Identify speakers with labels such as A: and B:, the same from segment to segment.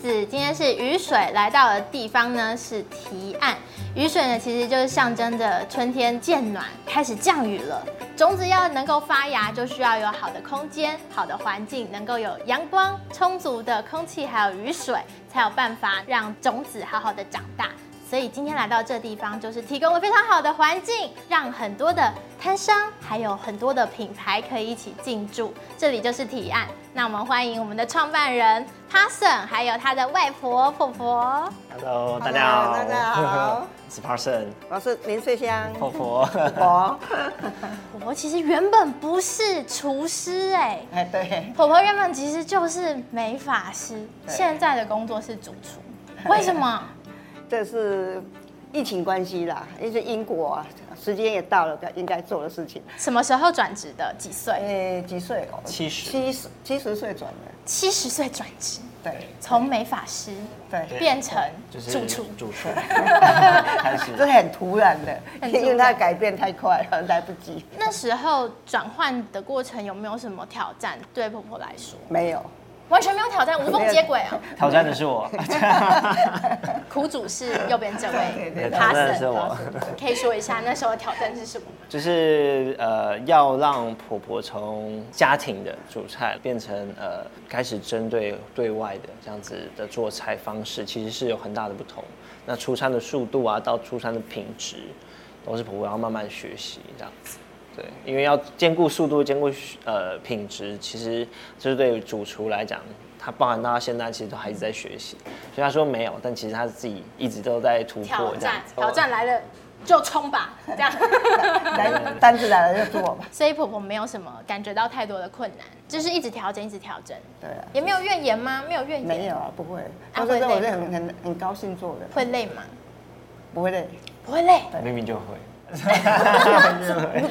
A: 是今天是雨水来到的地方呢是提岸，雨水呢其实就是象征着春天渐暖，开始降雨了。种子要能够发芽，就需要有好的空间、好的环境，能够有阳光、充足的空气，还有雨水，才有办法让种子好好的长大。所以今天来到这地方，就是提供了非常好的环境，让很多的摊商还有很多的品牌可以一起进驻。这里就是提案，那我们欢迎我们的创办人 Parson，还有他的外婆婆婆。
B: Hello，大家好，
C: 大家好
B: 我是 Parson，
C: 我是林翠香，哦
B: 婆 婆，
C: 我，
A: 婆婆其实原本不是厨师哎、
C: 哎对，
A: 婆婆原本其实就是美发师，
C: 对
A: 现在的工作是主厨。为什么？
C: 这是疫情关系啦，因为英国啊，时间也到了，该应该做的事情。
A: 什么时候转职的？几岁？
C: 哎，几岁哦？
B: 70
C: 七十七十岁转的，
A: 七十岁转职，
C: 对
A: 从美发师
C: 对，
A: 变成
B: 就是
A: 主厨。
B: 主厨， 开始
C: 这很突然的，
A: 很突然
C: 因为它改变太快了，来不及。
A: 那时候转换的过程有没有什么挑战？对婆婆来说，
C: 没 有，
A: 完全没有挑战，无缝接轨 啊！
B: 挑战的是我，
A: 苦主是右边这
C: 对
A: 位
C: 对对
B: 挑战的是我，
A: 可以说一下那时候的挑战是什么吗？
B: 就是呃要让婆婆从家庭的主菜变成呃开始针对对外的这样子的做菜方式，其实是有很大的不同。那出餐的速度啊，到出餐的品质，都是婆婆要慢慢学习这样子。对，因为要兼顾速度，兼顾呃品质，其实就是对于主厨来讲，他包含到他现在其实都还一直在学习。虽然说没有，但其实他自己一直都在突
A: 挑
B: 破这样
A: 战
B: 子。，哦
A: 挑战来了就冲吧，这 样。
C: 来单子来了就做吧。
A: 所以婆婆没有什么感觉到太多的困难，就是一直调整，一直调整，
C: 对啊，
A: 也没有怨言吗？没有怨言，
C: 没有啊，不会，
A: 啊
C: 我
A: 会累
C: 说这我是很很很高兴做的，
A: 会累吗？
C: 不会累，
A: 不会累，
B: 明明就会。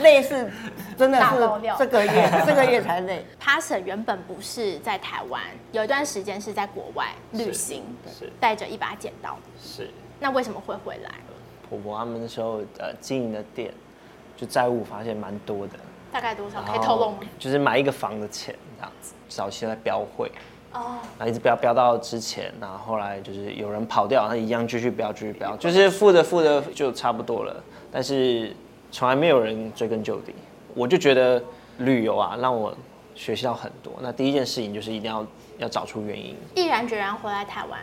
C: 累是真的
A: 大爆料
C: 是这个月这个月才累。
A: Passer 原本不是在台湾，有一段时间是在国外旅行，
B: 是
A: 带着一把剪刀。
B: 是。
A: 那为什么会回来？
B: 婆婆他们那时候呃经营的店，就债务发现蛮多的，
A: 大概多少？可以
B: 然后
A: 透露吗？
B: 就是买一个房的钱这样子，早期在标会，
A: 哦，
B: 然后一直标标到之前，然后后来就是有人跑掉，他一样继续标继续标，就是付着付着就差不多了，但是从来没有人追根究底。我就觉得旅游啊，让我学习到很多。那第一件事情就是一定要要找出原因，
A: 毅然决然回来台湾，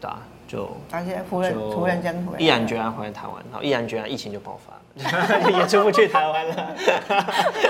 B: 对吧、就
C: 发现夫人
B: 就
C: 夫人江湖，
B: 毅然决然回来台湾，然后毅然决然疫情就爆发了， 也出不去台湾了，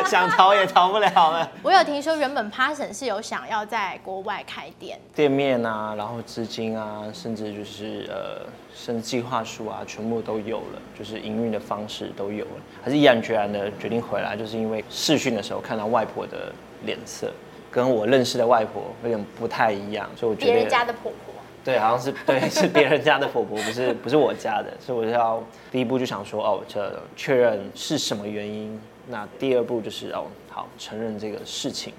B: 想逃也逃不了了。
A: 我有听说原本 Passer 是有想要在国外开店，
B: 店面啊，然后资金啊，甚至就是呃，甚至计划书啊，全部都有了，就是营运的方式都有了，还是毅然决然的决定回来，就是因为试训的时候看到外婆的脸色。跟我认识的外婆有点不太一样，所以我觉得
A: 别人家的婆婆，
B: 对，好像是对， 是别人家的婆婆，不是不是我家的，所以我就要第一步就想说，哦，这确认是什么原因。那第二步就是哦，好，承认这个事情。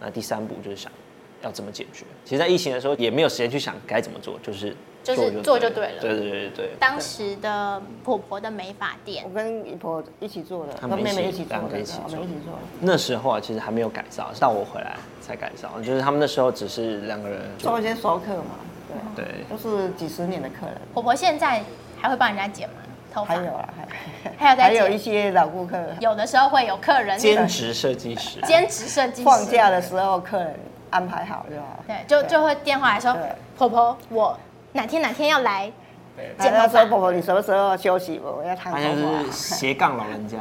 B: 那第三步就是想要怎么解决。其实，在疫情的时候也没有时间去想该怎么做，就是
A: 就是做就对了
B: 对对对对，
A: 当时的婆婆的美发店
C: 我跟姨婆一起做的，
B: 他
C: 跟
B: 们
C: 妹妹
B: 一
C: 一
B: 起
C: 起做
B: 两
C: 的，我
B: 个
C: 们
B: 一
C: 一
B: 起
C: 起
B: 做
C: 做的。
B: 那时候啊，其实还没有改造，是到我回来才改造。就是他们那时候只是两个人就
C: 做一些熟客嘛，对，
B: 对。
A: 嗯
C: 都是几十年的客人，
A: 婆婆现在还会帮人家剪吗？头发
C: 还有啊，
A: 还有在
C: 还有
A: 剪
C: 一些老顾客，
A: 有的时候会有客人
B: 兼职设计师，
A: 兼职设计师
C: 放假的时候客人安排好就好。
A: 对，就就会电话来说
C: 对，
A: 婆婆，我哪天哪天要来，
C: 他
A: 剪
C: 他
A: 头
C: 说
A: 发
C: 婆婆，你什么时候休息？我我要烫
B: 他
C: 头
B: 像是
C: 发。
B: 斜杠老人家。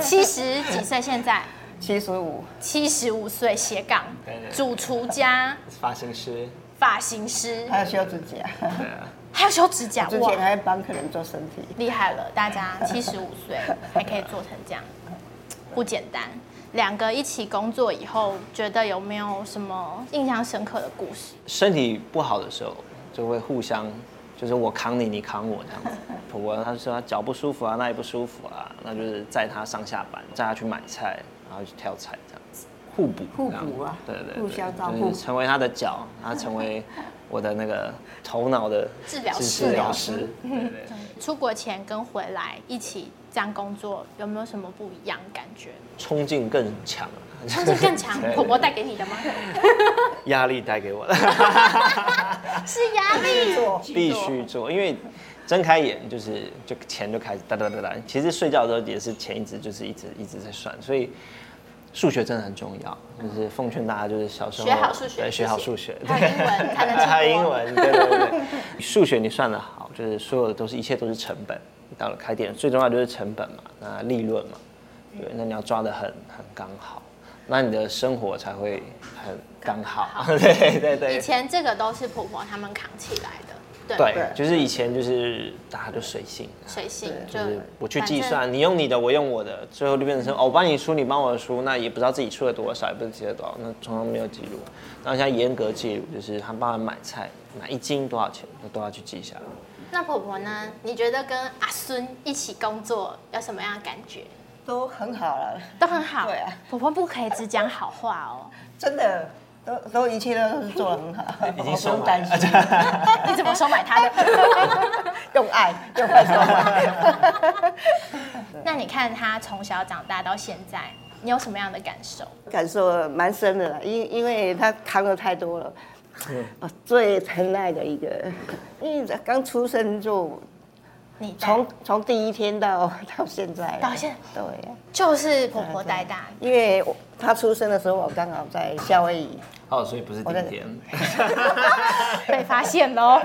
A: 七十几岁现在，
C: 七十五，
A: 七十五岁斜杠
B: 对对对
A: 主厨加
B: 发型师，
A: 发型师，
C: 还要修指甲，
B: 对啊，
A: 还有修指甲，
C: 之
A: 哇
C: 前，还帮客人做身体。
A: 厉害了！大 家七十五岁还可以做成这样，不简单。两个一起工作以后，觉得有没有什么印象深刻的故事？
B: 身体不好的时候就会互相，就是我扛你，你扛我这样子。婆婆她说她脚不舒服啊，那也不舒服啊，那就是载她上下班，载她去买菜，然后去挑菜这样子，互补，
C: 互补啊
B: 这样对对对，
C: 互相照顾
B: 就是成为她的脚，然后成为我的那个头脑的
A: 治疗师
B: 治疗师，对对对。
A: 出国前跟 回来一起这样工作，有没有什么不一样的感觉？
B: 冲劲更强，
A: 冲劲更强
B: 对，
A: 婆婆带给你的吗？
B: 压力带给我的，
A: 是压力，
B: 必须做，因为睁开眼就是就钱就开始哒哒哒哒。其实睡觉的时候也是钱一直就是一直一直在算，所以数学真的很重要，就是奉劝大家就是小时候
A: 学好数学
B: 对，学好数学，
A: 还有英文 才能
B: 对还有
A: 进
B: 英
A: 步
B: 文，对对对对，数学你算得好，就是所有的都是一切都是成本。到了开店最重要就是成本嘛，那利润嘛，对，那你要抓得很很刚好，那你的生活才会很刚好。对对对，
A: 以前这个都是婆婆她们扛起来的，对，
B: 对，就是以前就是大家就随性，
A: 随性就
B: 就是我去
A: 反
B: 计
A: 正嗯
B: 算，你用你的，我用我的，最后就变成、哦、我帮你出，你帮我出，那也不知道自己出了多少，也不知道自己了多少，那从来没有记录。那现在严格记录，就是他帮人买菜，买一斤多少钱，那都要去记下来。
A: 那婆婆呢？你觉得跟阿孙一起工作有什么样的感觉？
C: 都很好了，
A: 都很好。
C: 对啊
A: 婆婆不可以只讲好话 哦。
C: 真的都都一切都是做的很好，
B: 已
C: 我
B: 经
C: 不
B: 收
C: 用
B: 买
C: 担
B: 了
C: 心，
A: 你怎么收买她的？
C: 用爱用爱 说
A: 那你看她从小长大到现在，你有什么样的感受？
C: 感受蛮深的啦，因因为他扛的太多了。我最疼爱的一个，因为刚出生就
A: 你带
C: 从从第一天到 到现在，
A: 到现
C: 对呀、
A: 就是婆婆带大
C: 因为我他出生的时候，我刚好在夏 威夷，
B: 哦，所以不是
C: 我
B: 顶
C: 在
B: 点，
A: 你，被发现喽。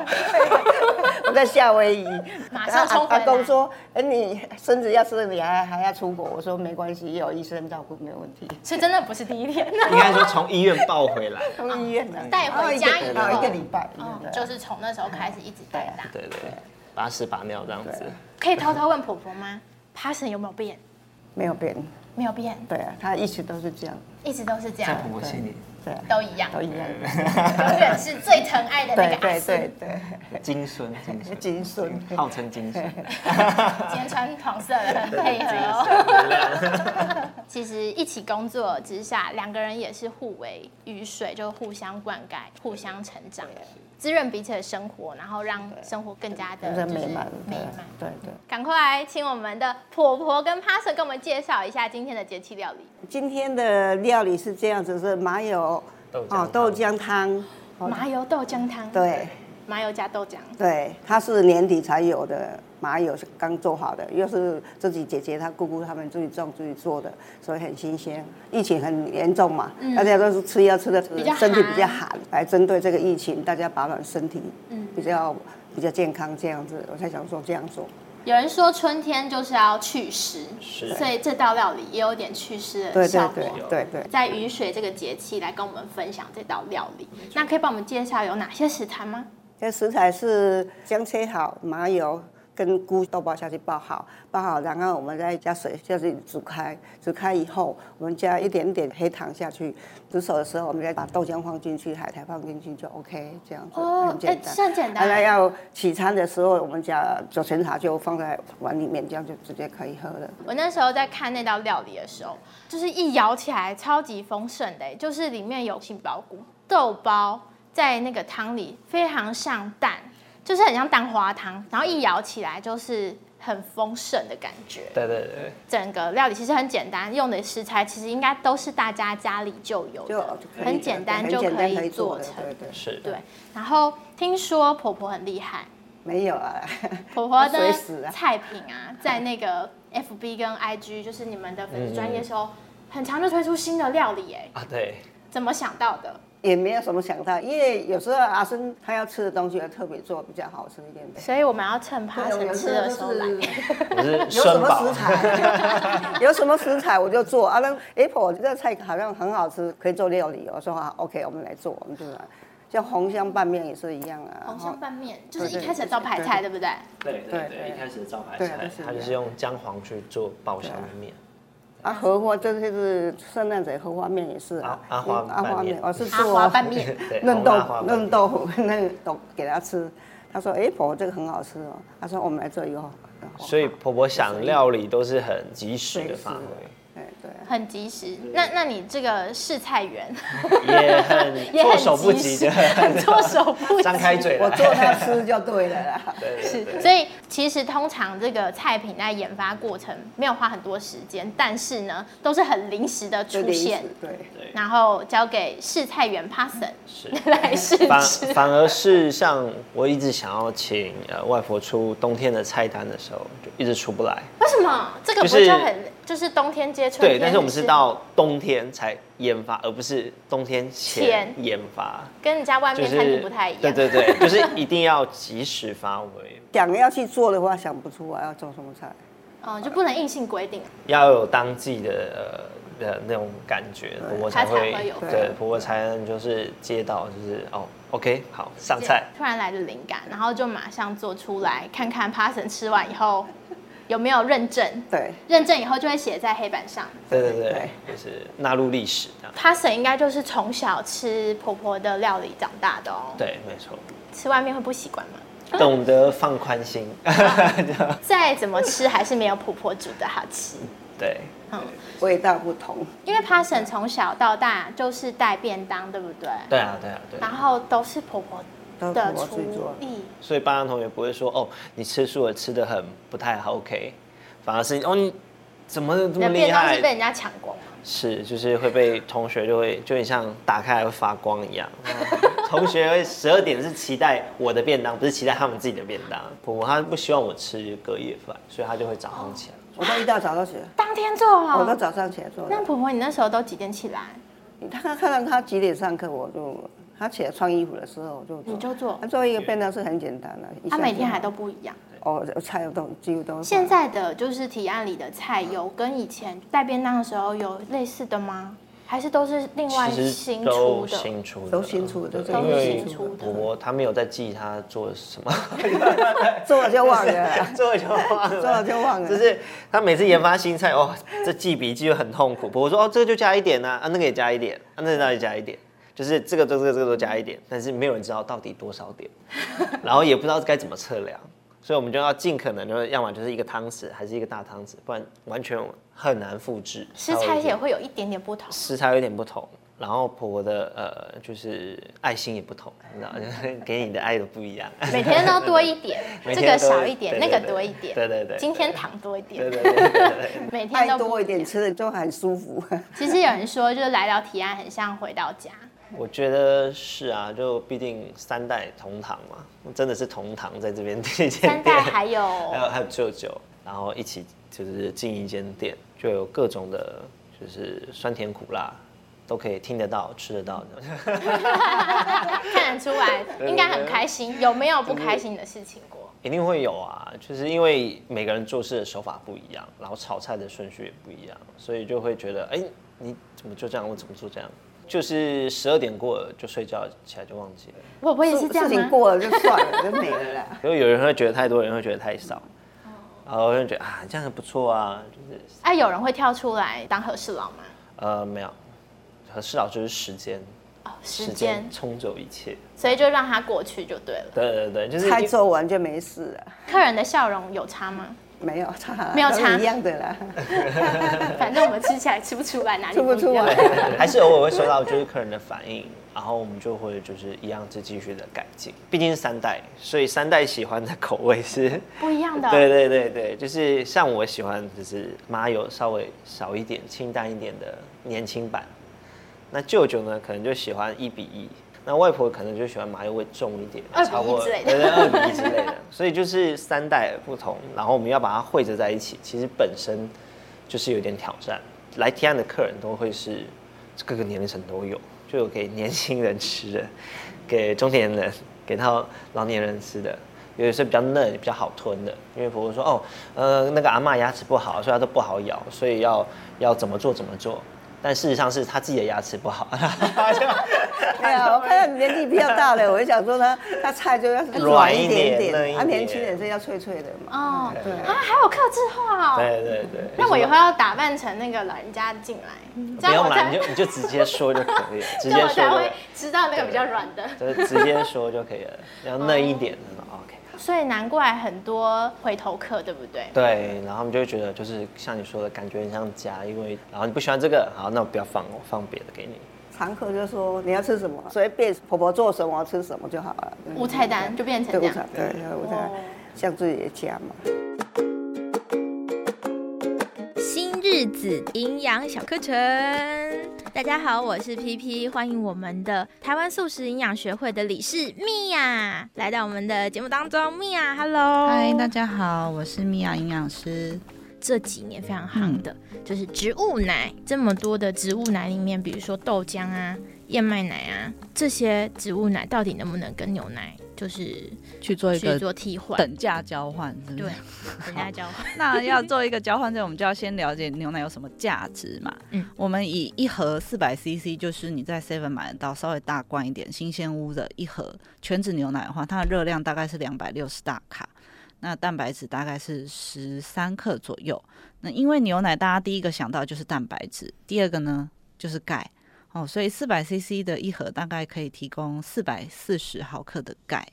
C: 我在夏威夷，
A: 马上啊冲回
C: 阿
A: 来
C: 阿公说：“哎，你孙子要生，你还还要出国？”我说：“没关系，有医生照顾，没有问题。
A: 所以真的不是第一天，啊
B: 应该说从医院抱回来。”
C: 从医院呢，
A: 哦
C: 啊
A: 带回家以后
C: 然后一个礼拜，啊
A: 嗯，就
C: 就是
A: 从那时候开始一直带大。
B: 对对，把屎把尿这样子
C: 对。
A: 可以偷偷问婆婆吗？Parson 有没有变？
C: 没有变。
A: 没有变，
C: 对啊，他一直都是这样，
A: 一直都是这
B: 在
A: 样，
B: 婆婆心里，
C: 对啊，
A: 都一样，
C: 都一样。
A: 永远是最疼爱的那个
C: 对
A: 阿
C: 对
A: 孙。
C: 对对，
B: 金孙，金孙，
C: 金孙
B: 号称金孙。
A: 今天穿黄色的 很配合哦。 其实一起工作之下，两个人也是互为雨水，就互相灌溉、互相成长，滋润彼此的生活，然后让生活更加的
C: 真
A: 就是
C: 的美满，
A: 美
C: 对啊
A: 满。
C: 对对。
A: 赶快来请我们的婆婆跟 Pastor 给我们介绍一下今天的节气料理。
C: 今天的料理是这样子，是麻油
B: 豆浆
C: 哦
B: 汤
C: 豆浆汤，哦
A: 麻油豆浆汤，，
C: 对
A: 麻油加豆浆，
C: 对，它是年底才有的麻油，是刚做好的，又是自己姐姐她姑姑她们自己种自己做的，所以很新鲜。疫情很严重嘛，大家都是吃药吃的
A: 嗯较寒
C: 身体比较寒，来针对这个疫情，大家保暖身体，
A: 嗯
C: 比较比较健康这样子，我才想说这样做。
A: 有人说春天就是要祛湿，
B: 是
A: 所以这道料理也有点祛湿的
C: 对对
A: 效果。
C: 对对对。
A: 在雨水这个节气来跟我们分享这道料理。那可以帮我们介绍有哪些食材吗？
C: 这食材是姜切好，麻油跟菇豆包下去爆好，爆好，然后我们再加水下去煮开，煮开以后，我们加一点点黑糖下去，煮熟的时候，我们再把豆浆放进去，海苔放进去就 OK，这样子、
A: 哦
C: 很简
A: 哎
C: 单。
A: 这样简单
C: 啊那要起餐的时候，我们加九层塔就放在碗里面，这样就直接可以喝了。
A: 我那时候在看那道料理的时候，就是一咬起来超级丰盛的，欸就是里面有杏鲍菇、豆包在那个汤里非常像蛋，就是很像蛋花汤，然后一咬起来就是很丰盛的感觉。
B: 对对对，
A: 整个料理其实很简单，用的食材其实应该都是大家家里就有
C: 就
A: 的，
C: 可以
A: 很简单
C: 很
A: 就
C: 简
A: 可
C: 单可
A: 以
C: 以做
A: 做
C: 的
A: 成。
C: 对对，
B: 是。
A: 对，然后听说婆婆很厉害，
C: 没有啊，
A: 婆婆的
C: 随时啊
A: 菜品啊，在那个 FB 跟 IG，就是你们的粉丝专业的时候，很常就推出新的料理哎，
B: 啊，对，
A: 怎么想到的？
C: 也没有什么想到，因为有时候阿生他要吃的东西要特别做比较好吃一点的。
A: 所以我们要趁爬
C: 对我
A: 神
C: 有
A: 吃
C: 时候
A: 的
C: 就
A: 时候
C: 是
A: 来。
B: 我 是
C: 有什
B: 生
C: 么
B: 宝
C: 食。材， 有什么食材我就做啊。那 apple 这个菜好像很好吃，可以做料理哦。我说啊，OK，我们来做，我们就来。像红香拌面也是一样啊。
A: 红
C: 哦
A: 香拌面就是
C: 对
A: 一
C: 对
A: 开始的招牌菜，对不对？
B: 对对
C: 对
B: 对，
C: 对
B: 一开始的招牌
C: 对啊
B: 菜
C: 就是，
B: 它就是用姜黄去做爆香面，
C: 啊，荷花这就是圣诞节荷花面也是啊。
B: 阿阿花
C: 嗯阿
B: 拌
C: 花
B: 面
C: 面，我是
A: 阿华
C: 做
A: 拌 面，
B: 对，
C: 嫩
B: 红
C: 豆
B: 辣花
C: 嫩豆腐那个豆给他吃。他说：“apple 这个很好吃哦。”他说：“我们来做以后。”
B: 所以婆婆想料理都是很及时的发挥。
C: 哎，对啊
A: 很及时。那那你这个试菜员
B: 也很
A: 也
B: 措
A: 很
B: 手不
A: 及
B: 及
A: 时，
B: 的，
A: 很 措手不及。
B: 张开嘴
C: 我
B: 了。
C: 做他吃就对了啦。
B: 对对
A: 是，
B: 对，
A: 所以其实通常这个菜品在研发过程没有花很多时间，但是呢，都是很临时的
C: 这
A: 出
C: 个意
A: 现
C: 思，对。
B: 对
A: 然后交给试菜员 Parson
B: 是。
A: 来试
B: 反
A: 吃。
B: 反而是像我一直想要请呃外婆出冬天的菜单的时候，就一直出不来。
A: 为什么这个不
B: 就是
A: 就很就是冬天接春天？
B: 对，但是我们是到冬天才研发，而不是冬天前
A: 前
B: 研发，
A: 跟人家外
B: 就
A: 面
B: 是
A: 餐厅不太一样。
B: 对对对，就是一定要及时发挥，
C: 想要去做的话，想不出来要做什么菜。
A: 哦，就不能硬性规定。
B: 要有当季的呃的那种感觉，婆婆才会
A: 它才会有
B: 对，婆婆才能就是接到就是哦，OK，好上菜。
A: 突然来的灵感，然后就马上做出来，看看 Parson 吃完以后有没有认证，
C: 对
A: 认证以后就会写在黑板上。
B: 对对对，
C: 对
B: 就是纳入历史这样。
A: Parson 应该就是从小吃婆婆的料理长大的哦，
B: 对，没错，
A: 吃外面会不习惯吗？
B: 懂得放宽心。
A: 再怎么吃还是没有婆婆煮的好吃。
B: 对，
A: 嗯，
C: 味道不同，
A: 因为 Parson 从小到大就是带便当，对不对？
B: 对啊，对啊，对
A: 然
B: 啊。
A: 后都是婆婆
C: 都是
A: 的
C: 我自己
A: 厨
C: 做。
A: 艺，
B: 所以班上同学不会说哦，你吃素了，吃的很不太好 OK，反而是哦你怎么这
A: 你的
B: 么厉
A: 便当是被
B: 害？
A: 人家抢光。
B: 是，就是会被同学就会就很像打开来会发光一样。 同学会十二点是期待我的便当，不是期待他们自己的便当。婆婆她不希望我吃隔夜饭，所以她就会早上起来。
C: 我都一大早都起来，
A: 当天做哦，
C: 我都早上起来做的
A: 那。婆婆，你那时候都几点起来？
C: 他看到他几点上课，我就他起来穿衣服的时候，我就做
A: 你就做
C: 他做一个便当是很简单的，一
A: 她
C: 下就
A: 每天还都不一样。
C: 哦菜都几乎都
A: 现在的就是提案里的菜，有跟以前带便当的时候有类似的吗？还是都是另外
B: 其
A: 新
B: 实
A: 出
B: 都
A: 的？
B: 新出的，
C: 都新出的
B: 对
C: 都
A: 是
B: 因为
A: 新出的
B: 婆婆她没有在记她做什么，
C: 做了就忘 了，
B: 做就忘了，
C: 啊做了就忘了
B: 就是她每次研发新菜，哦，这记笔记就很痛苦。婆婆说，哦，这个就加一点呐、啊，那个也加一点，啊，那个也加一点。就是这个、这个、这个都加一点，但是没有人知道到底多少 点，然后也不知道该怎么测量，所以我们就要尽可能就是，要么就是一个汤匙，还是一个大汤匙，不然完全很难复制。
A: 食
B: 稍
A: 材
B: 微一
A: 也
B: 点
A: 会有一点点不同。
B: 食材有点不同，然后婆婆的呃就是爱心也不同，你知道，就是给你的爱都不一样。，
A: 每天都多一点
B: 每
A: 这
B: 天
A: 个
B: 都
A: 少一点，
B: 对
A: 那
B: 对
A: 个
B: 对
A: 多一点。
B: 对对对
A: 今天糖多一
B: 对
A: 点，
B: 对对对对，
A: 每天
C: 爱
A: 都不
C: 多一点吃的就很舒服。
A: 其实有人说，就是来到提案很像回到家。
B: 我觉得是啊，就毕竟三代同堂嘛，真的是同堂在 这边
A: 三
B: 这间
A: 代
B: 店，
A: 还
B: 还
A: 有
B: 有还有舅舅，然后一起就是进一间店，就有各种的，就是酸甜苦辣。都可以听得到、吃得到的，
A: 看得出来，应该很开心。有没有不开心的事情过？
B: 一定会有啊，就是因为每个人做事的手法不一样，然后炒菜的顺序也不一样，所以就会觉得，哎、你怎么就这样？我怎么做这样？就是十二点过了就睡觉，起来就忘记了。
A: 我我也是这样
C: 事情
A: 吗？
C: 过了就算了，就没 了啦。
B: 因为有人会觉得太多，有人会觉得太少，
A: 哦
B: 然后我就觉得啊，这样很不错啊，就是
A: 哎，有人会跳出来当和事佬吗？
B: 呃没有，合适老就是时间，
A: 哦，时间，
B: 冲走一切。
A: 所以就让它过去就对了。
B: 对对对，就是
C: 菜做完就没事了，
A: 客人的笑容有差吗？
C: 没有差啦，
A: 没有
C: 都
A: 差
C: 一样 的啦，
A: 反正我们吃起来吃不出来哪里
C: 吃不
A: 一
C: 出啊
A: 样。
C: 来。
B: 还是偶尔会收到就是客人的反应，然后我们就会就是一样是继续的改进。毕竟是三代，所以三代喜欢的口味是，
A: 不一样的。
B: 对对对对，就是像我喜欢就是麻油稍微少一点、清淡一点的年轻版。那舅舅呢，可能就喜欢一比一。那外婆可能就喜欢麻油味重一点，
A: 2:1
B: 超过
A: 之类的
B: 对对，二比一之类的。所以就是三代不同，然后我们要把它汇集在一起，其实本身就是有点挑战。来提案的客人都会是各个年龄层都有，就有给年轻人吃的，给中年人，给到老年人吃的，有一些比较嫩、比较好吞的。因为婆婆说哦，呃，那个阿嬷牙齿不好，所以她都不好咬，所以要要怎么做怎么做。但事实上是她自己的牙齿不好，
C: 没有，哎我看到你年纪比较大 了，我就想说他他菜就 要软一
B: 软
C: 点
B: 一
C: 点，
B: 点
C: 啊，年轻人是要脆脆的嘛。
A: 哦，
C: 对
A: 啊，还有克制化哦。
B: 对对对。
A: 那我以后要打扮成那个老人家进来，这样
B: 不用
A: 我
B: 啦，
A: 才
B: 你就你就直接说就可以了，
A: 这
B: 直接
A: 样我
B: 说就
A: 才
B: 可
A: 会
B: 以
A: 知道那个比较软的。
B: 就是直接说就可以了，要嫩一点的。OK，
A: 所以难怪很多回头客，对不对？
B: 对，然后他们就会觉得就是像你说的感觉很像家，因为然后你不喜欢这个，好，那我不要放，我放别的给你。
C: 常客就说你要吃什么，随便婆婆做什么吃什么就好了。嗯
A: 无菜单就变成
C: 对
A: 这
C: 无
A: 样
C: 菜。对无菜单
A: 哦，
C: 像自己的家嘛。
D: 新日子营养小课程。大家好，我是 P P，欢迎我们的台湾素食营养学会的理事米娅来到我们的节目当中。米娅，Hello，
E: 嗨，大家好，我是米娅营养师。
D: 这几年非常夯的、
E: 嗯
D: 就是植物奶，这么多的植物奶里面，比如说豆浆啊、燕麦奶啊，这些植物奶到底能不能跟牛奶就是
E: 去做一
D: 去
E: 个
D: 做替换？
E: 等价交换，是不是
D: 对？人家叫
E: 那要做一个交换之前，我们就要先了解牛奶有什么价值嘛。
D: 嗯
E: 我们以一盒四百 CC，就是你在 Seven 买得到稍微大罐一点、新鲜屋的一盒全脂牛奶的话，它的热量大概是两百六十大卡。那蛋白质大概是十三克左右。那因为牛奶，大家第一个想到就是蛋白质，第二个呢就是钙哦，所以四百 CC 的一盒大概可以提供四百四十毫克的钙。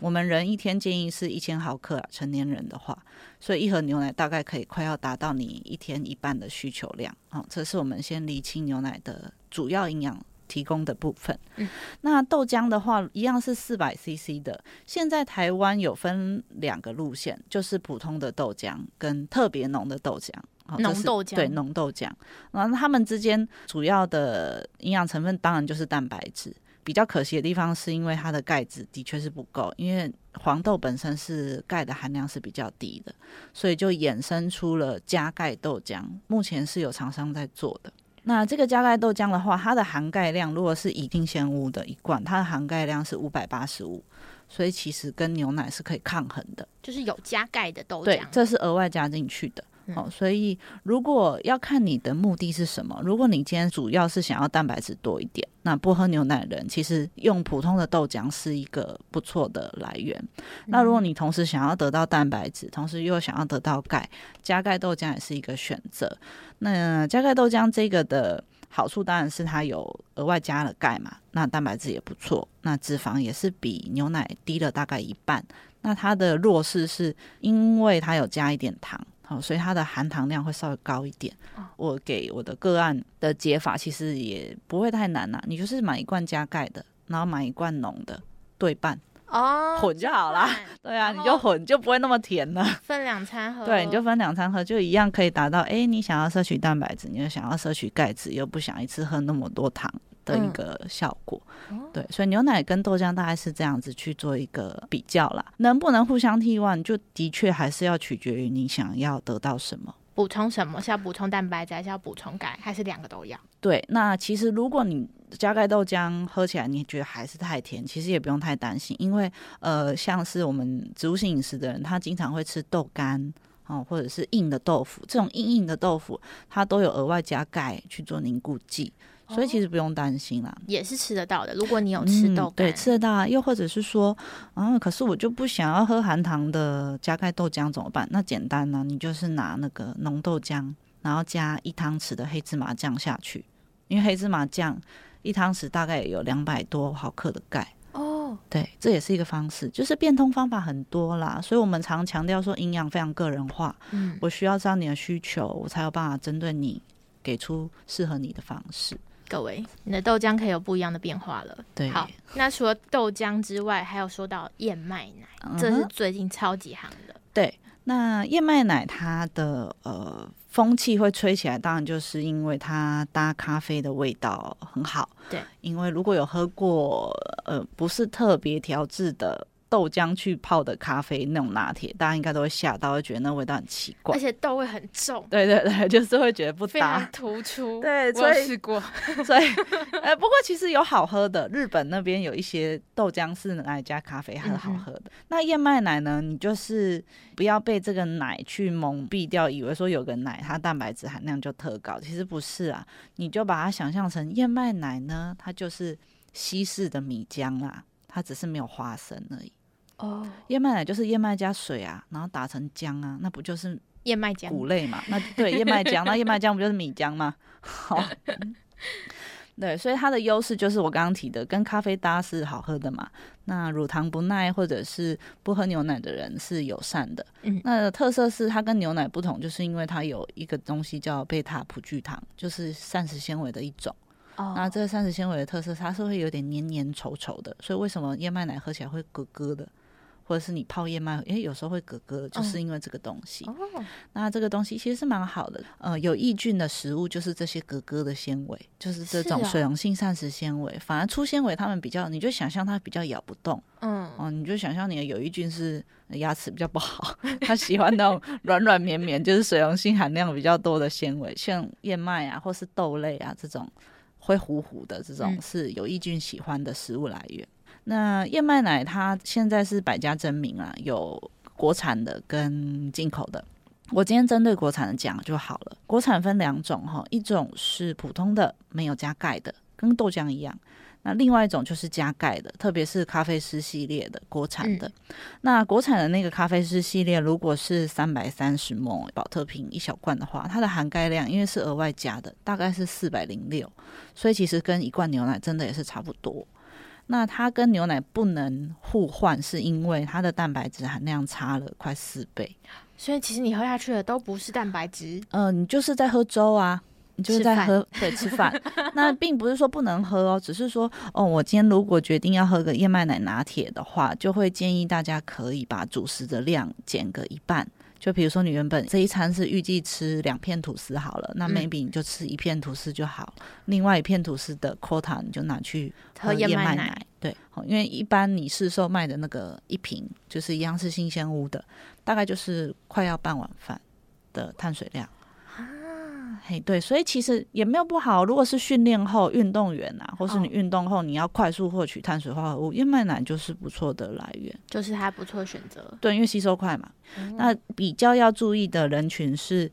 E: 我们人一天建议是一千毫克啊，成年人的话，所以一盒牛奶大概可以快要达到你一天一半的需求量哦。这是我们先厘清牛奶的主要营养提供的部分。
D: 嗯，
E: 那豆浆的话，一样是四百 CC 的。现在台湾有分两个路线，就是普通的豆浆跟特别浓的豆浆。哦这是
D: 浓豆浆
E: 对浓豆浆，然后它们之间主要的营养成分当然就是蛋白质。比较可惜的地方是因为它的钙质的确是不够，因为黄豆本身是钙的含量是比较低的，所以就衍生出了加钙豆浆，目前是有厂商在做的。那这个加钙豆浆的话，它的含钙量如果是乙定鲜钨的一罐，它的含钙量是五百八十五，所以其实跟牛奶是可以抗衡的。
D: 就是有加钙的豆
E: 对
D: 浆，，
E: 这是额外加进去的。
D: 嗯
E: 哦，所以如果要看你的目的是什么，如果你今天主要是想要蛋白质多一点，那不喝牛奶的人其实用普通的豆浆是一个不错的来源。那如果你同时想要得到蛋白质，同时又想要得到钙，加钙豆浆也是一个选择。那加钙豆浆这个的好处当然是它有额外加了钙嘛，那蛋白质也不错，那脂肪也是比牛奶低了大概一半。那它的弱势是因为它有加一点糖，好、所以它的含糖量会稍微高一点。
D: 哦
E: 我给我的个案的解法其实也不会太难啦、啊你就是买一罐加钙的，然后买一罐浓的对半
D: 哦，
E: 混就好啦。对啊，
D: 然
E: 你
D: 后
E: 就混就不会那么甜了。
D: 分两餐喝，
E: 对，你就分两餐喝，就一样可以达到。哎、你想要摄取蛋白质，你又想要摄取钙质，又不想一次喝那么多糖的一个效果。对，所以牛奶跟豆浆大概是这样子去做一个比较啦。能不能互相替换，就的确还是要取决于你想要得到什么。
D: 补充什么？是要补充蛋白质，还是要补充钙，还是两个都要？
E: 对，那其实如果你加钙豆浆喝起来你觉得还是太甜，其实也不用太担心，因为呃，像是我们植物性饮食的人，他经常会吃豆干。哦，或者是硬的豆腐，这种硬硬的豆腐，它都有额外加钙去做凝固剂，所以其实不用担心啦。
D: 也是吃得到的。如果你有吃豆
E: 嗯，
D: 干，
E: 对，吃得到啊。又或者是说，啊，可是我就不想要喝含糖的加钙豆浆怎么办？那简单呢、你就是拿那个浓豆浆，然后加一汤匙的黑芝麻酱下去，因为黑芝麻酱一汤匙大概也有两百多毫克的钙。
D: 哦，
E: 对，这也是一个方式，就是变通方法很多啦，所以我们常强调说营养非常个人化，
D: 嗯，
E: 我需要知道你的需求，我才有办法针对你给出适合你的方式。
D: 各位，你的豆浆可以有不一样的变化了。
E: 对，
D: 好，那除了豆浆之外，还有说到燕麦奶，
E: 嗯哼
D: 这是最近超级行的。
E: 对，那燕麦奶它的呃风气会吹起来，当然就是因为它搭咖啡的味道很好。
D: 对，
E: 因为如果有喝过呃不是特别调制的豆浆去泡的咖啡那种拿铁，大家应该都会吓到，会觉得那味道很奇怪
D: 而。且豆味很重，
E: 对对对，就是会觉得不
D: 哎非常
E: 搭。
D: 突出。
E: 对
D: 我有
E: 所以
D: 试过。
E: 所以，呃，不过其实有好喝的，日本那边有一些豆浆是拿来加咖啡，很好喝的。那燕麦奶呢？你就是不要被这个奶去蒙蔽掉，以为说有个奶它蛋白质含量就特高，其实不是啊。你就把它想象成燕麦奶呢，它就是西式的米浆啦，它只是没有花生而已。
D: 哦，
E: 燕麦奶就是燕麦加水啊，然后打成浆啊，那不就是
D: 燕麦浆。
E: 谷类嘛，那对燕麦浆，那燕麦浆不就是米浆吗？好，对，所以它的优势就是我刚刚提的，跟咖啡搭是好喝的嘛。那乳糖不耐或者是不喝牛奶的人是友善的。
D: 嗯
E: 那特色是它跟牛奶不同，就是因为它有一个东西叫贝塔葡聚糖，就是膳食纤维的一种。
D: 哦
E: 那这个膳食纤维的特色，它是会有点黏黏稠稠的，所以为什么燕麦奶喝起来会咯咯的，或者是你泡燕麦，诶，有时候会咯咯的，就是因为这个东西。
D: 哦，
E: 那这个东西其实是蛮好的，呃，有益菌的食物就是这些格格的纤维，就是这种
D: 是哦
E: 水溶性膳食纤维。反而粗纤维它们比较，你就想象它比较咬不动
D: 嗯，
E: 哦，你就想象你的有益菌是呃牙齿比较不好， 它喜欢那种软软绵绵，就是水溶性含量比较多的纤维，像燕麦啊或是豆类啊这种会糊糊的这种
D: 嗯
E: 是有益菌喜欢的食物来源。那燕麦奶它现在是百家争鸣啊，有国产的跟进口的。我今天针对国产的讲就好了。国产分两种哈，一种是普通的，没有加钙的，跟豆浆一样。那另外一种就是加钙的，特别是咖啡师系列的国产的。那国产的那个咖啡师系列，如果是三百三十 ml 保特瓶一小罐的话，它的含钙量因为是额外加的，大概是四百零六，所以其实跟一罐牛奶真的也是差不多。那它跟牛奶不能互换，是因为它的蛋白质含量差了快四倍。
D: 所以其实你喝下去的都不是蛋白质，
E: 嗯、你就是在喝粥啊，你就是
D: 吃
E: 在
D: 饭
E: 喝对吃饭。 那并不是说不能喝哦，只是说哦，我今天如果决定要喝个燕麦奶拿铁的话，就会建议大家可以把主食的量减个一半。就比如说，你原本这一餐是预计吃两片吐司好了，那
D: 嗯
E: maybe 你就吃一片吐司就好，另外一片吐司的 quota 你就拿去
D: 喝
E: 呃燕
D: 燕麦
E: 奶
D: 奶。
E: 对，好因为一般你市售卖的那个一瓶，就是一样是新鲜屋的，大概就是快要半碗饭的碳水量。
D: 啊
E: 嘿，对，所以其实也没有不好。如果是训练后运动员啊，或是你
D: 哦
E: 运动后你要快速获取碳水化合物，燕麦奶就是不错的来源。
D: 就是它不错的选择。
E: 对，因为吸收快嘛。那比较要注意的人群是，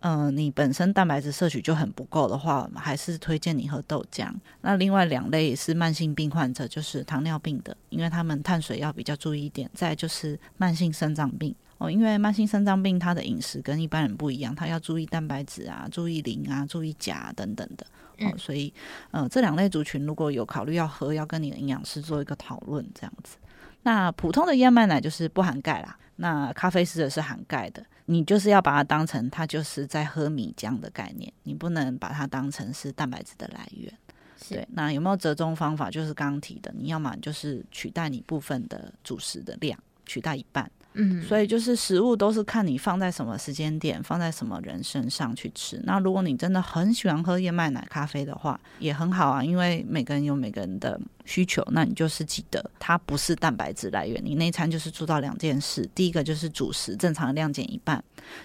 E: 呃，你本身蛋白质摄取就很不够的话，还是推荐你喝豆浆。那另外两类也是慢性病患者，就是糖尿病的，因为他们碳水要比较注意一点。再来就是慢性肾脏病。哦，因为慢性肾脏病，它的饮食跟一般人不一样，它要注意蛋白质啊，注意磷啊，注意钾、啊、等等的。哦，
D: 嗯
E: 所以，呃，这两类族群如果有考虑要喝，要跟你的营养师做一个讨论，这样子。那普通的燕麦奶就是不含钙啦，那咖啡师的是含钙的，你就是要把它当成它就是在喝米浆的概念，你不能把它当成是蛋白质的来源。
D: 是
E: 对，那有没有折中方法？就是刚刚提的，你要么就是取代你部分的主食的量，取代一半。
D: 嗯，
E: 所以就是食物都是看你放在什么时间点，放在什么人身上去吃。那如果你真的很喜欢喝燕麦奶咖啡的话，也很好啊，因为每个人有每个人的需求。那你就是记得它不是蛋白质来源，你那一餐就是做到两件事：第一个就是主食正常的量减一半；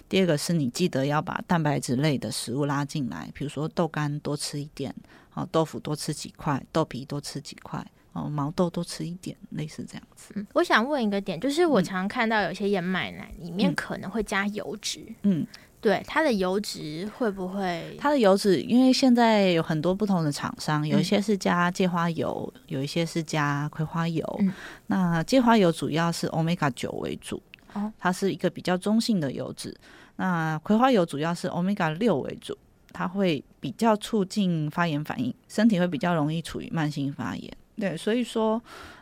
E: 第二个是你记得要把蛋白质类的食物拉进来，比如说豆干多吃一点，哦，豆腐多吃几块，豆皮多吃几块，哦，毛豆多吃一点，类似这样子。
D: 嗯我想问一个点，就是我
E: 嗯
D: 常看到有些燕麦奶里面
E: 嗯
D: 可能会加油脂，
E: 嗯，
D: 对它的油脂会不会？
E: 它的油脂，因为现在有很多不同的厂商，有一
D: 嗯
E: 些是加芥花油，有一些是加葵花油。
D: 嗯
E: 那芥花油主要是 omega 九为主，
D: 哦
E: 它是一个比较中性的油脂。那葵花油主要是 omega 六为主，它会比较促进发炎反应，身体会比较容易处于慢性发炎。对，所以说，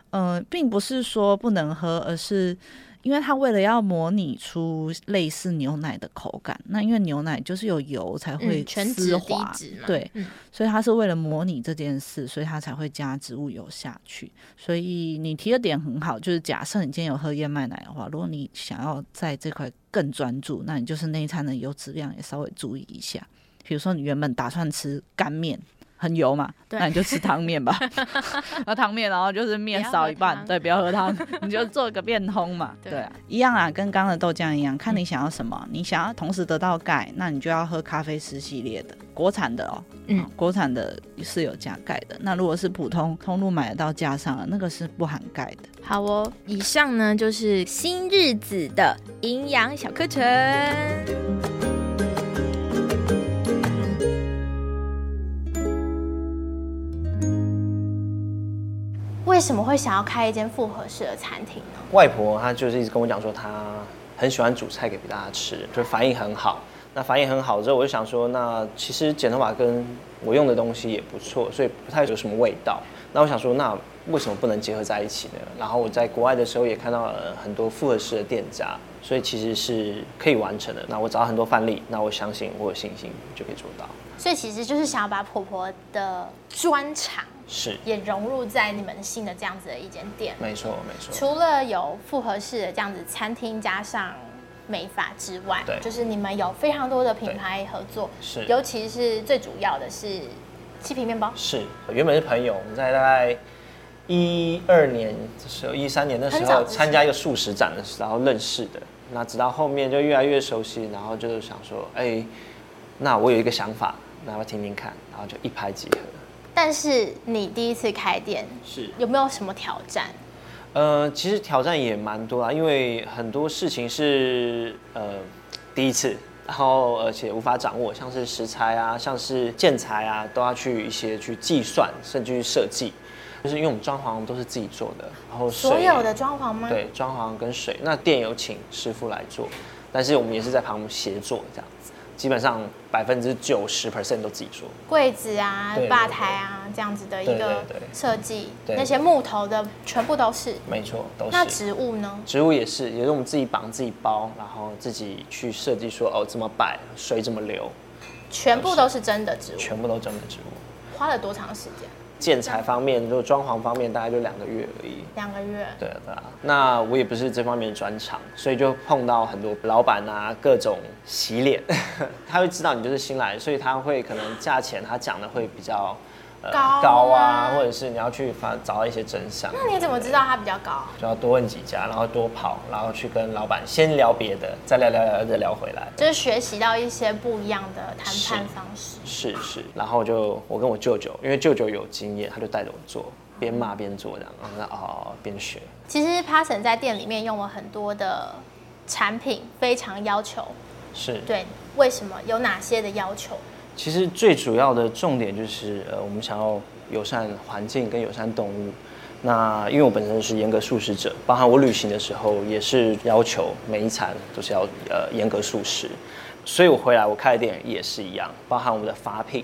E: 呃，并不是说不能喝，而是因为它为了要模拟出类似牛奶的口感，那因为牛奶就是有油才会
D: 嗯，全脂
E: 丝
D: 低
E: 滑，
D: 脂嘛，
E: 对
D: 嗯，
E: 所以它是为了模拟这件事，所以它才会加植物油下去。所以你提的点很好，就是假设你今天有喝燕麦奶的话，如果你想要在这块更专注，那你就是那一餐的油脂量也稍微注意一下。比如说你原本打算吃干面。很油嘛，
D: 对
E: 那你就吃汤 面吧。那汤面，然后就是面
D: 不要
E: 少
D: 喝
E: 一半，
D: 汤
E: 对，不要喝汤，你就做一个变通嘛。
D: 对嗯
E: 对啊，一样啊，跟刚刚的豆浆一样，看你想要什么。你想要同时得到钙，那你就要喝咖啡师系列的国产的哦，
D: 嗯
E: 嗯，国产的是有加钙的。那如果是普通通路买得到加上的，那个是不含钙的。
D: 好哦。以上呢就是新日子的营养小课程。
A: 为什么会想要开一间复合式的餐厅呢？
B: 外婆她就是一直跟我讲说，她很喜欢煮菜给大家吃，就反应很好。那反应很好之后，我就想说，那其实剪头发跟我用的东西也不错，所以不太有什么味道。那我想说，那为什么不能结合在一起呢？然后我在国外的时候也看到了很多复合式的店家，所以其实是可以完成的。那我找到很多范例，那我相信我有信心就可以做到。
A: 所以其实就是想要把婆婆的专长
B: 是，
A: 也融入在你们新的这样子的一间店。
B: 没错，没错。
A: 除了有复合式的这样子餐厅加上美发之外
B: 对，
A: 就是你们有非常多的品牌合作，
B: 是
A: 尤其是最主要的是七皮面包，
B: 是，原本是朋友，我们在大概一二年的时候，一三年的时
A: 很早
B: 候
A: 之前
B: 参加一个素食展的时候认识的。那直到后面就越来越熟悉，然后就是想说，哎、那我有一个想法，那我听听看，然后就一拍即合。
A: 但是你第一次开店
B: 是
A: 有没有什么挑战？
B: 呃，其实挑战也蛮多啦，因为很多事情是呃第一次，然后而且无法掌握，像是食材啊，像是建材啊，都要去一些去计算，甚至去设计。就是因为我们装潢都是自己做的，然后水
A: 所有的装潢吗？
B: 对装潢跟水，那店有请师傅来做，但是我们也是在旁协作这样子，基本上百分之九十 percent 都自己做。
A: 柜子啊
B: 对、对
A: 吧台啊这样子的一个
B: 对对对
A: 设计，
B: 对
A: 那些木头的全部都是。
B: 没错，都是。
A: 那植物呢？
B: 植物也是，也是我们自己绑、自己包，然后自己去设计说哦怎么摆，水怎么流，
A: 全部都是真的植物，
B: 全部都真的植物。
A: 花了多长时间？
B: 建材方面，如果装潢方面，大概就两个月而已。
A: 两个月。
B: 对啊，对啊。那我也不是这方面的专长，所以就碰到很多老板啊，各种洗脸， 他会知道你就是新来的，所以他会可能价钱他讲的会比较、呃
A: 高啊
B: 或者是你要去发找到一些真相。
A: 那你怎么知道它比较高？
B: 就要多问几家，然后多跑，然后去跟老板先聊别的，再聊聊聊再聊回来。
A: 就是学习到一些不一样的谈判
B: 是
A: 方式。
B: 是是，然后就我跟我舅舅，因为舅舅有经验，他就带着我做，边骂边做这样，然后那哦边学。
A: 其实 Parson 在店里面用了很多的产品，非常要求。
B: 是，
A: 对，为什么？有哪些的要求？
B: 其实最主要的重点就是，呃，我们想要友善环境跟友善动物。那因为我本身是严格素食者，包含我旅行的时候也是要求每一餐都是要呃严格素食，所以我回来我开的店也是一样，包含我们的发品，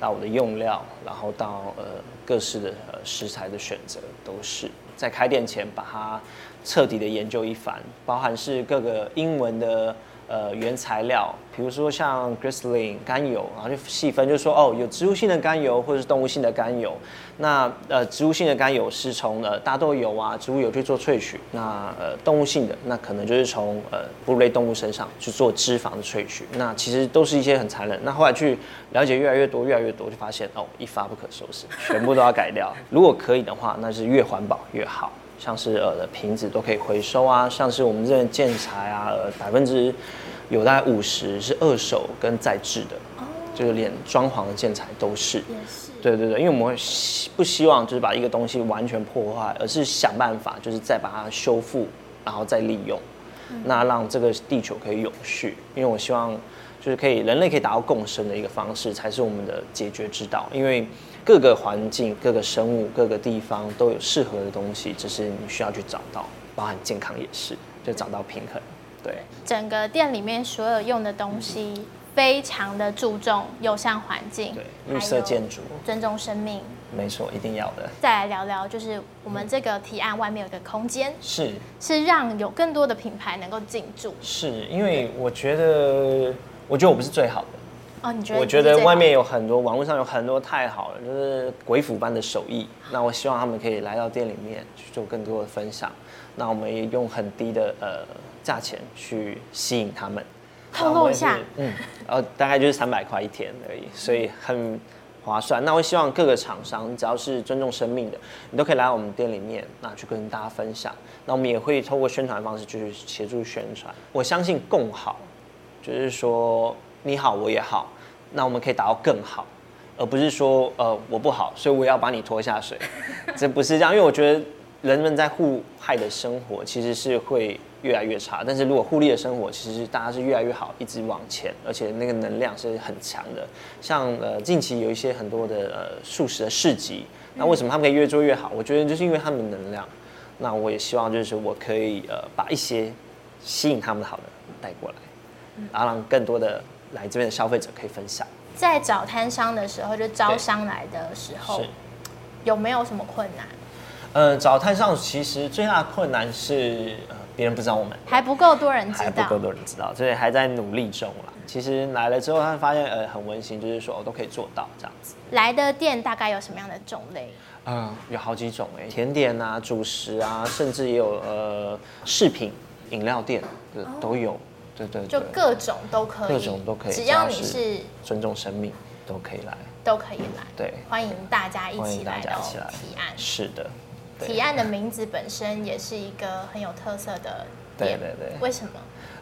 B: 到我的用料，然后到呃各式的呃食材的选择都是在开店前把它彻底的研究一番，包含是各个英文的呃原材料，比如说像 glycerin 甘油，然后就细分，就是说哦有植物性的甘油或者是动物性的甘油。那呃植物性的甘油是从呃大豆油啊植物油去做萃取，那呃动物性的那可能就是从呃哺乳类动物身上去做脂肪的萃取。那其实都是一些很残忍。那后来去了解越来越多越来越多，就发现哦一发不可收拾，全部都要改掉。如果可以的话，那是越环保越好。像是呃瓶子都可以回收啊，像是我们这边建材啊，呃百分之有大概五十是二手跟再制的，就是连装潢的建材都是。对对对，因为我们会希不希望就是把一个东西完全破坏，而是想办法就是再把它修复，然后再利用，那让这个地球可以永续。因为我希望就是可以人类可以达到共生的一个方式，才是我们的解决之道。因为各个环境、各个生物、各个地方都有适合的东西，只是你需要去找到，包含健康也是，就找到平衡。对，
A: 整个店里面所有用的东
B: 嗯
A: 西，非常的注重友善环境，
B: 对绿色建筑
A: 尊重生命。
B: 没错，一定要的。
A: 再来聊聊，就是我们这个提案外面有一个空间，
B: 是，
A: 是让有更多的品牌能够进驻。
B: 是因为我觉得，我觉得我不是最好的。
A: 哦，你觉得？
B: 我觉得外面有很多，网络上有很多太好了，就是鬼斧般的手艺。那我希望他们可以来到店里面去做更多的分享。那我们也用很低的呃价钱去吸引他们。
A: 透露一下
B: 啊那我们也是，嗯，呃，大概就是三百块一天而已，所以很划算。那我希望各个厂商，只要是尊重生命的，你都可以来我们店里面，那去跟大家分享。那我们也会透过宣传方式去协助宣传。我相信共好，就是说你好我也好，那我们可以达到更好，而不是说呃我不好，所以我也要把你拖下水，这不是这样，因为我觉得人们在互害的生活其实是会越来越差，但是如果互利的生活，其实大家是越来越好，一直往前，而且那个能量是很强的。像呃近期有一些很多的呃素食的市集，那为什么他们可以越做越好？我觉得就是因为他们的能量。那我也希望就是我可以呃把一些吸引他们好的带过来。然后让更多的来这边的消费者可以分享。
A: 在找摊商的时候，就招商来的时候
B: 是，，
A: 有没有什么困难？
B: 呃，找摊上其实最大的困难是呃别人不知道我们。
A: 还不够多人知
B: 还不
A: 道
B: 够，多人知道，所以还在努力中啦。其实来了之后，他发现呃很温馨，就是说我、哦都可以做到这样子。
A: 来的店大概有什么样的种类？
B: 啊、有好几种哎、甜点啊、主食啊，甚至也有呃饰品、饮料店的都有。对对
A: 哦就
B: 对，
A: 各种都可以，
B: 各种都可以，
A: 只要
B: 只
A: 你是
B: 尊重生命，都可以来。
A: 都可以来，
B: 对
A: 欢迎大家一
B: 欢
A: 起
B: 迎大
A: 来
B: 家
A: 到
B: 一起来
A: 提案。
B: 是的，对
A: 提案的名字本身也是一个很有特色的
B: 对
A: 店，
B: 对对
A: 为什么？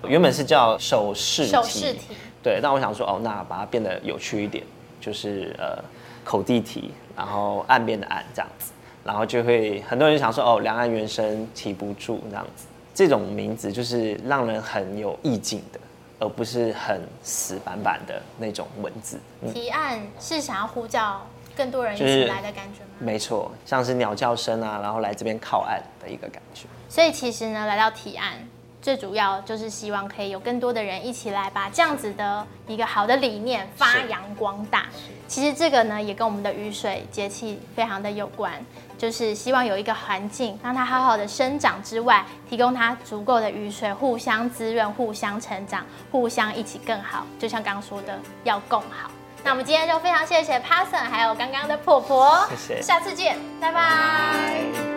B: 原本是叫首饰
A: 首饰题
B: 对，但我想说哦，那把它变得有趣一点，就是呃口地题，然后岸边的岸这样子，然后就会很多人想说哦，两岸猿声啼不住这样子，这种名字就是让人很有意境的，而不是很死板板的那种文字。嗯，
A: 提案是想要呼叫更多人一
B: 就
A: 起
B: 是
A: 来的感觉吗？
B: 没错，像是鸟叫声啊，然后来这边靠岸的一个感觉。
A: 所以其实呢，来到提案，最主要就是希望可以有更多的人一起来把这样子的一个好的理念发扬光大。其实这个呢，也跟我们的雨水节气非常的有关，就是希望有一个环境让它好好的生长之外，提供它足够的雨水，互相滋润、互相成长、互相一起更好。就像刚刚说的，要共好。那我们今天就非常谢谢 Parson 还有刚刚的婆婆，
B: 谢谢
A: 下次见，拜拜